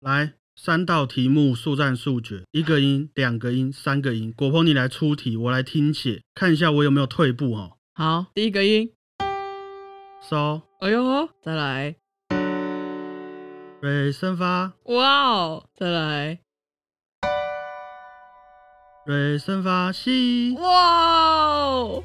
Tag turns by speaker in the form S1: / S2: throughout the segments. S1: 来，三道题目速战速决，一个音、两个音、三个音。果鹏，你来出题，我来听写，看一下我有没有退步哦。
S2: 好，第一个音，
S1: 骚
S2: 哎呦，再来，
S1: 蕊生发，
S2: 哇哦，再来，
S1: 蕊生发西。
S2: 哇哦。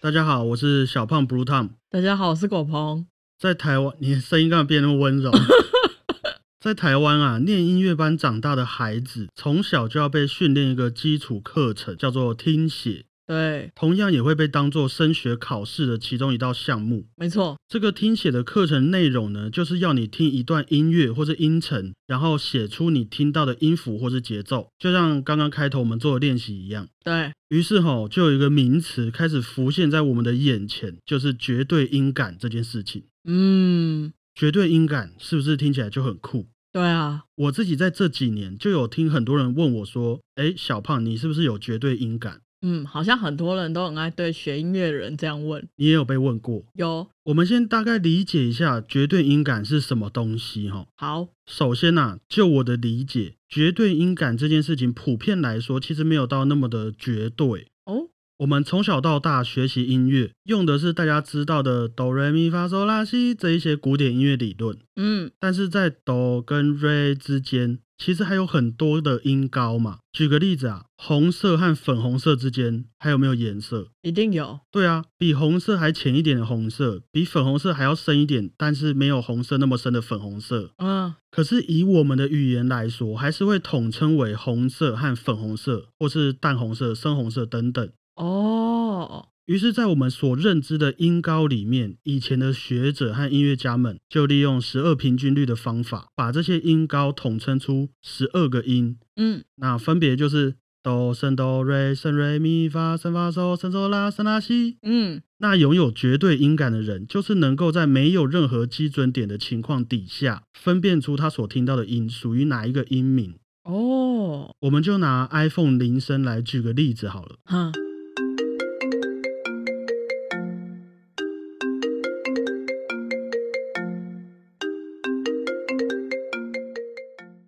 S1: 大家好，我是小胖 Blue Tom，
S2: 大家好，我是果鹏。
S1: 在台湾，你的声音干嘛变那么温柔？ 在台湾啊，念音乐班长大的孩子，从小就要被训练一个基础课程，叫做听写，
S2: 对，
S1: 同样也会被当做升学考试的其中一道项目。
S2: 没错，
S1: 这个听写的课程内容呢，就是要你听一段音乐或是音程，然后写出你听到的音符或是节奏，就像刚刚开头我们做的练习一样。
S2: 对，
S1: 于是吼，就有一个名词开始浮现在我们的眼前，就是绝对音感这件事情。
S2: 嗯，
S1: 绝对音感是不是听起来就很酷？
S2: 对啊，
S1: 我自己在这几年就有听很多人问我说：“哎，小胖，你是不是有绝对音感
S2: 嗯，好像很多人都很爱对学音乐的人这样问。？”
S1: 你也有被问过。
S2: 有，
S1: 我们先大概理解一下绝对音感是什么东西哈。
S2: 好，
S1: 首先呐、啊就我的理解，绝对音感这件事情，普遍来说其实没有到那么的绝对。
S2: 哦，
S1: 我们从小到大学习音乐，用的是大家知道的哆、来咪、发、嗦、拉、西这一些古典音乐理论，
S2: 嗯，
S1: 但是在哆跟 re 之间，其实还有很多的音高嘛。举个例子啊，红色和粉红色之间还有没有颜色？
S2: 一定有，
S1: 对啊，比红色还浅一点的红色，比粉红色还要深一点，但是没有红色那么深的粉红色。
S2: 嗯，
S1: 可是以我们的语言来说，还是会统称为红色和粉红色，或是淡红色、深红色等等。
S2: 哦，
S1: 于是，在我们所认知的音高里面，以前的学者和音乐家们就利用十二平均律的方法，把这些音高统称出十二个音，
S2: 嗯，
S1: 那分别就是哆、升哆、瑞、升瑞、咪、发、升发、嗦、升嗦、拉、升拉、西。
S2: 嗯，
S1: 那拥有绝对音感的人，就是能够在没有任何基准点的情况底下，分辨出他所听到的音属于哪一个音名。
S2: 哦，
S1: 我们就拿 iPhone 铃声来举个例子好了。
S2: 哈，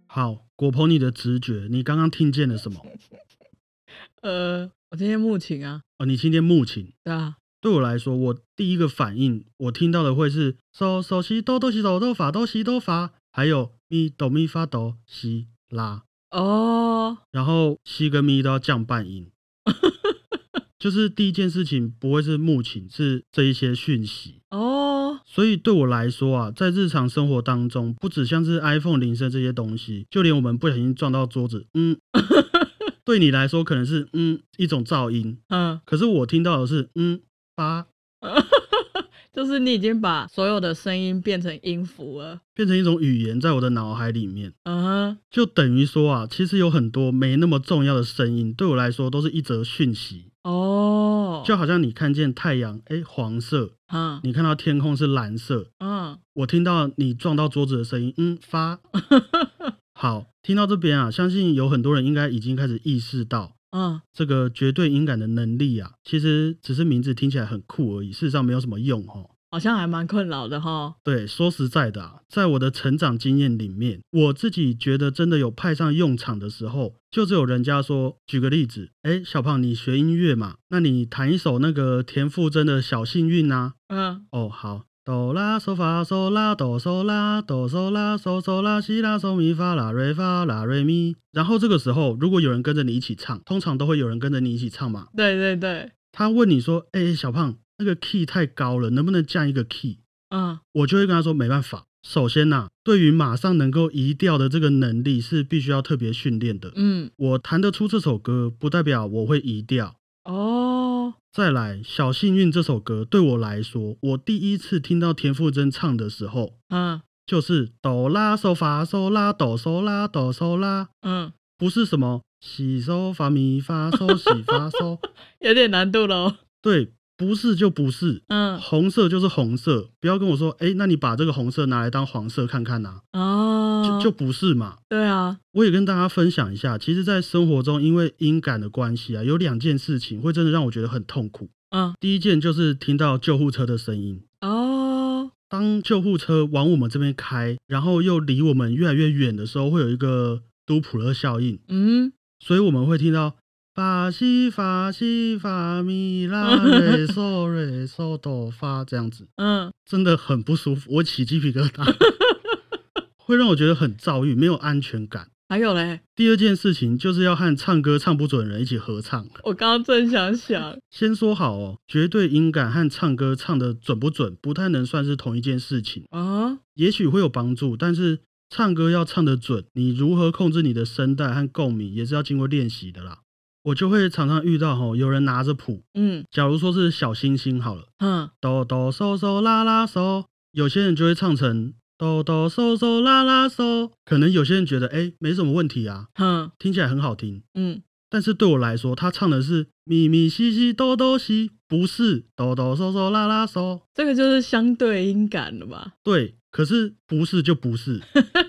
S1: 好，果鹏，你的直觉，你刚刚听见了什么？
S2: 呃，我今天木琴啊，
S1: 哦，你听见木琴。
S2: 对啊，
S1: 对我来说，我第一个反应，我听到的会是手手西哆哆西哆哆发哆西哆发，还有咪哆咪发哆西拉。
S2: 哦，
S1: 然后西跟咪都要降半音。 就是第一件事情不会是木琴，是这一些讯息。
S2: 哦，
S1: 所以对我来说啊，在日常生活当中，不只像是 iPhone 铃声这些东西，就连我们不小心撞到桌子，嗯， 对你来说可能是嗯一种噪音，
S2: 嗯，
S1: 可是我听到的是嗯八，
S2: 就是你已经把所有的声音变成音符了，
S1: 变成一种语言在我的脑海里面。
S2: 嗯哼，
S1: 就等于说啊，其实有很多没那么重要的声音，对我来说都是一则讯息。
S2: 哦，
S1: 就好像你看见太阳，哎，黄色，
S2: 嗯
S1: 你看到天空是蓝色，
S2: 嗯，
S1: 我听到你撞到桌子的声音，嗯，发。 好，听到这边啊，相信有很多人应该已经开始意识到，
S2: 嗯，
S1: 这个绝对音感的能力啊，其实只是名字听起来很酷而已，事实上没有什么用哦。
S2: 好像还蛮困扰的哈。
S1: 对，说实在的啊，在我的成长经验里面，我自己觉得真的有派上用场的时候，就只有人家说，举个例子，哎，小胖，你学音乐嘛，那你弹一首那个田馥甄的《小幸运》啊，
S2: 嗯，
S1: 哦，好，哆啦嗦发嗦啦哆嗦啦哆嗦啦嗦嗦啦西啦嗦咪发啦瑞发啦瑞咪。然后这个时候，如果有人跟着你一起唱，通常都会有人跟着你一起唱嘛。
S2: 对对对，
S1: 他问你说：“哎、小胖，那个 key 太高了，能不能降一个 key？”
S2: 嗯，
S1: 我就会跟他说：“没办法。”首先呐、对于马上能够移调的这个能力是必须要特别训练的。
S2: 嗯，
S1: 我弹得出这首歌，不代表我会移调。
S2: 哦，
S1: 再来，《小幸运》这首歌对我来说，我第一次听到田馥甄唱的时候，
S2: 嗯
S1: 就是哆啦嗦发嗦啦哆嗦啦哆嗦啦，
S2: 嗯，
S1: 不是什么洗嗦发咪发嗦洗发嗦，
S2: 有点难度喽。
S1: 对，不是就不是，
S2: 嗯，
S1: 红色就是红色，不要跟我说，哎，那你把这个红色拿来当黄色看看呐、
S2: 哦，
S1: 就就不是嘛。
S2: 对啊，
S1: 我也跟大家分享一下，其实，在生活中因为音感的关系啊，有两件事情会真的让我觉得很痛苦。
S2: 嗯，
S1: 第一件就是听到救护车的声音，
S2: 哦，
S1: 当救护车往我们这边开，然后又离我们越来越远的时候，会有一个都普勒效应，
S2: 嗯，
S1: 所以我们会听到法西法西法米拉瑞索瑞索哆发这样子，
S2: 嗯，
S1: 真的很不舒服，我起鸡皮疙瘩，会让我觉得很躁郁，没有安全感。
S2: 还有嘞，
S1: 第二件事情就是要和唱歌唱不准的人一起合唱。
S2: 我刚刚正想想，
S1: 先说好哦，绝对音感和唱歌唱的准不准，不太能算是同一件事情。
S2: 啊，
S1: 也许会有帮助，但是唱歌要唱得准，你如何控制你的声带和共鸣，也是要经过练习的啦。我就会常常遇到吼，有人拿着谱，
S2: 嗯
S1: 假如说是小星星好了，
S2: 哼，
S1: 哆哆嗦嗦啦啦嗦，有些人就会唱成哆哆嗦嗦啦啦嗦，可能有些人觉得哎、诶没什么问题啊，
S2: 哼，
S1: 听起来很好听，
S2: 嗯，
S1: 但是对我来说，他唱的是咪咪西西哆哆西，不是哆哆嗦嗦啦啦嗦。
S2: 这个就是相对音感了吧？
S1: 对，可是不是就不 是，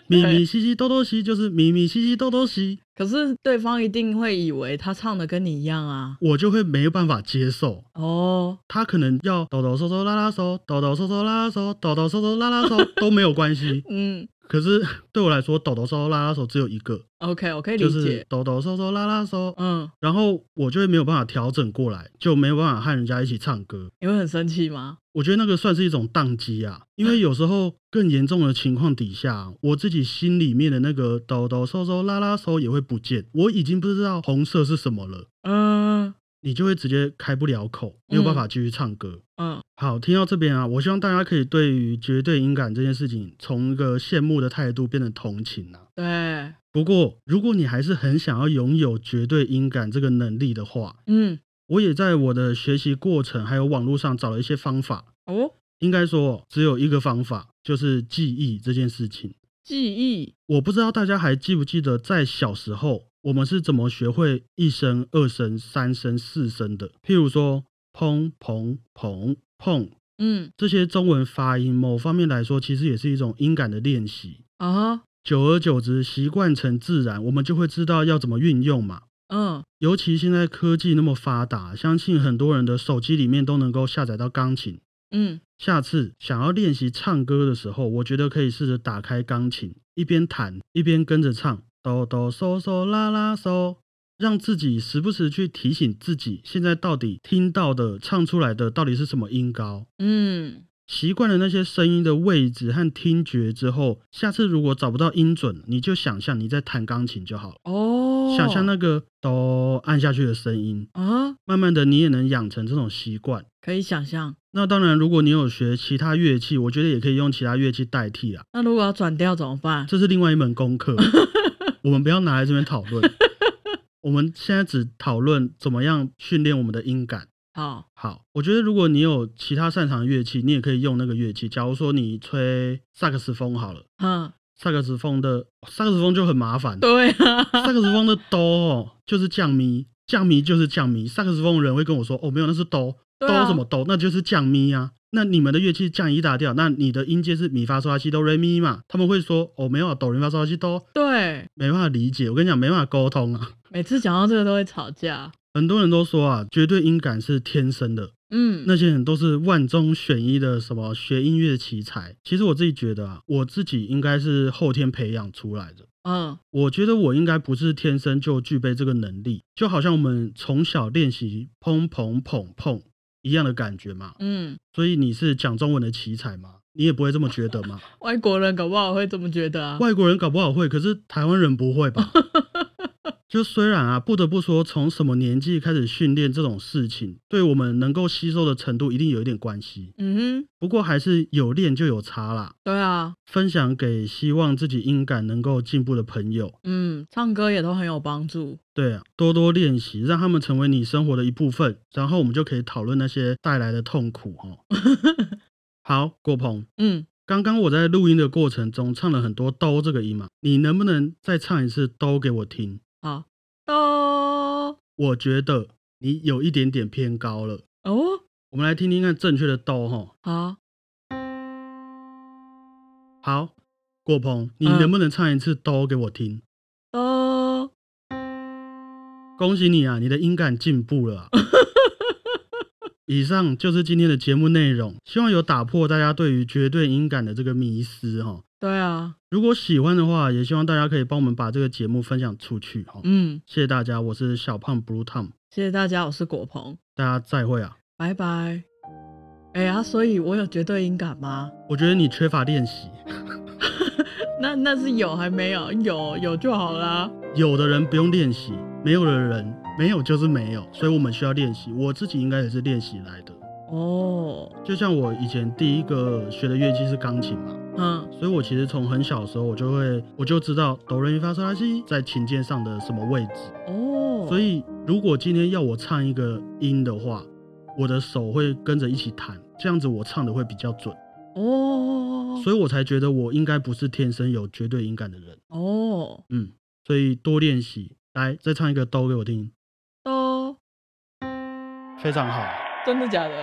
S1: 咪咪西西哆哆西就是咪咪西西哆哆西，
S2: 可是对方一定会以为他唱的跟你一样啊。
S1: 我就会没有办法接受。
S2: 哦，
S1: 他可能要哆哆嗦嗦啦啦嗦，哆哆嗦嗦啦啦嗦，哆哆嗦嗦啦啦嗦都没有关系。
S2: 嗯
S1: 可是对我来说，哆哆嗦嗦啦啦嗦只有一个，
S2: ，OK，我可以理
S1: 就
S2: 解。
S1: 是哆哆嗦嗦啦啦嗦，
S2: 嗯，
S1: 然后我就会没有办法调整过来，就没有办法和人家一起唱歌。
S2: 你会很生气吗？
S1: 我觉得那个算是一种宕机啊，因为有时候更严重的情况底下，啊我自己心里面的那个抖抖嗖嗖拉拉嗖也会不见，我已经不知道红色是什么了，
S2: 嗯
S1: 你就会直接开不了口，没有办法继续唱歌。
S2: 嗯，
S1: 好，听到这边啊，我希望大家可以对于绝对音感这件事情，从一个羡慕的态度变成同情啊。
S2: 对，
S1: 不过，如果你还是很想要拥有绝对音感这个能力的话，
S2: 嗯，
S1: 我也在我的学习过程还有网络上找了一些方法，
S2: 哦，
S1: 应该说只有一个方法，就是记忆这件事情。
S2: 记忆，
S1: 我不知道大家还记不记得，在小时候我们是怎么学会一声、二声、三声、四声的。譬如说，砰砰砰砰
S2: 嗯
S1: 这些中文发音，某方面来说，其实也是一种音感的练习。
S2: 啊，
S1: 久而久之，习惯成自然，我们就会知道要怎么运用嘛。
S2: 嗯，
S1: 尤其现在科技那么发达，相信很多人的手机里面都能够下载到钢琴。
S2: 嗯，
S1: 下次想要练习唱歌的时候，我觉得可以试着打开钢琴，一边弹一边跟着唱，哆哆嗦嗦啦啦嗦，让自己时不时去提醒自己，现在到底听到的、唱出来的到底是什么音高。
S2: 嗯，
S1: 习惯了那些声音的位置和听觉之后，下次如果找不到音准，你就想象你在弹钢琴就好了，
S2: 哦，
S1: 想象那个哆按下去的声音，
S2: 啊，
S1: 慢慢的你也能养成这种习惯。
S2: 可以想象。
S1: 那当然，如果你有学其他乐器，我觉得也可以用其他乐器代替啊，
S2: 那如果要转调怎么办？
S1: 这是另外一门功课。我们不要拿来这边讨论，我们现在只讨论怎么样训练我们的音感。
S2: 好，
S1: 好，我觉得如果你有其他擅长的乐器，你也可以用那个乐器。假如说你吹萨克斯风好了，
S2: 嗯，
S1: 萨克斯风的哦萨克斯风就很麻烦，
S2: 对
S1: 萨
S2: 啊，
S1: 克斯风的哆哦就是降咪，降咪就是降咪。萨克斯风的人会跟我说：“哦，没有，那是哆，
S2: 对
S1: 哆
S2: 啊
S1: 什么哆？那就是降咪啊。”那你们的乐器降一大调，那你的音阶是米发嗦拉西哆瑞咪嘛？他们会说：“哦，没有啊，哆瑞咪发嗦拉西哆。
S2: 对，”
S1: 没办法理解，我跟你讲，没办法沟通啊。
S2: 每次讲到这个都会吵架。
S1: 很多人都说啊，绝对音感是天生的，
S2: 嗯，
S1: 那些人都是万中选一的什么学音乐奇才。其实我自己觉得啊，我自己应该是后天培养出来的。
S2: 嗯
S1: 我觉得我应该不是天生就具备这个能力，就好像我们从小练习砰砰砰砰一样的感觉嘛。
S2: 嗯，
S1: 所以你是讲中文的奇才吗？你也不会这么觉得吗？
S2: 外国人搞不好会这么觉得啊。
S1: 外国人搞不好会，可是台湾人不会吧？ 就虽然啊，不得不说，从什么年纪开始训练这种事情，对我们能够吸收的程度一定有一点关系。
S2: 嗯哼，
S1: 不过还是有练就有差啦。
S2: 对啊，
S1: 分享给希望自己音感能够进步的朋友，
S2: 嗯，唱歌也都很有帮助。
S1: 对啊，多多练习，让他们成为你生活的一部分，然后我们就可以讨论那些带来的痛苦哦。 好，郭鹏，
S2: 嗯，
S1: 刚刚我在录音的过程中唱了很多“哆”这个音嘛，你能不能再唱一次“哆”给我听？
S2: 好，哆
S1: 我觉得你有一点点偏高了。
S2: 哦，
S1: 我们来听听看正确的“哆”哈。
S2: 好，
S1: 好，果鹏，你
S2: 嗯
S1: 能不能唱一次都给我听？
S2: 哦，
S1: 恭喜你啊，你的音感进步了啊、以上就是今天的节目内容，希望有打破大家对于绝对音感的这个迷思哈、哦。
S2: 对啊，
S1: 如果喜欢的话，也希望大家可以帮我们把这个节目分享出去哈、哦。
S2: 嗯，
S1: 谢谢大家，我是小胖 Blue Tom，
S2: 谢谢大家，我是果鹏，
S1: 大家再会啊！
S2: 拜拜。哎呀、所以我有绝对音感吗？
S1: 我觉得你缺乏练习，
S2: 那那是有还没有？有有就好啦。
S1: 有的人不用练习，没有的人没有就是没有，所以我们需要练习。我自己应该也是练习来的，
S2: 哦，
S1: 就像我以前第一个学的乐器是钢琴嘛，
S2: 嗯，
S1: 所以我其实从很小的时候我就会，我就知道哆来咪发嗦拉西在琴键上的什么位置。
S2: 哦，
S1: 所以如果今天要我唱一个音的话，我的手会跟着一起弹，这样子我唱的会比较准。
S2: 哦，
S1: 所以我才觉得我应该不是天生有绝对音感的人。
S2: 哦，
S1: 嗯，所以多练习。来，再唱一个哆给我听，
S2: 都
S1: 非常好。
S2: 真的假的？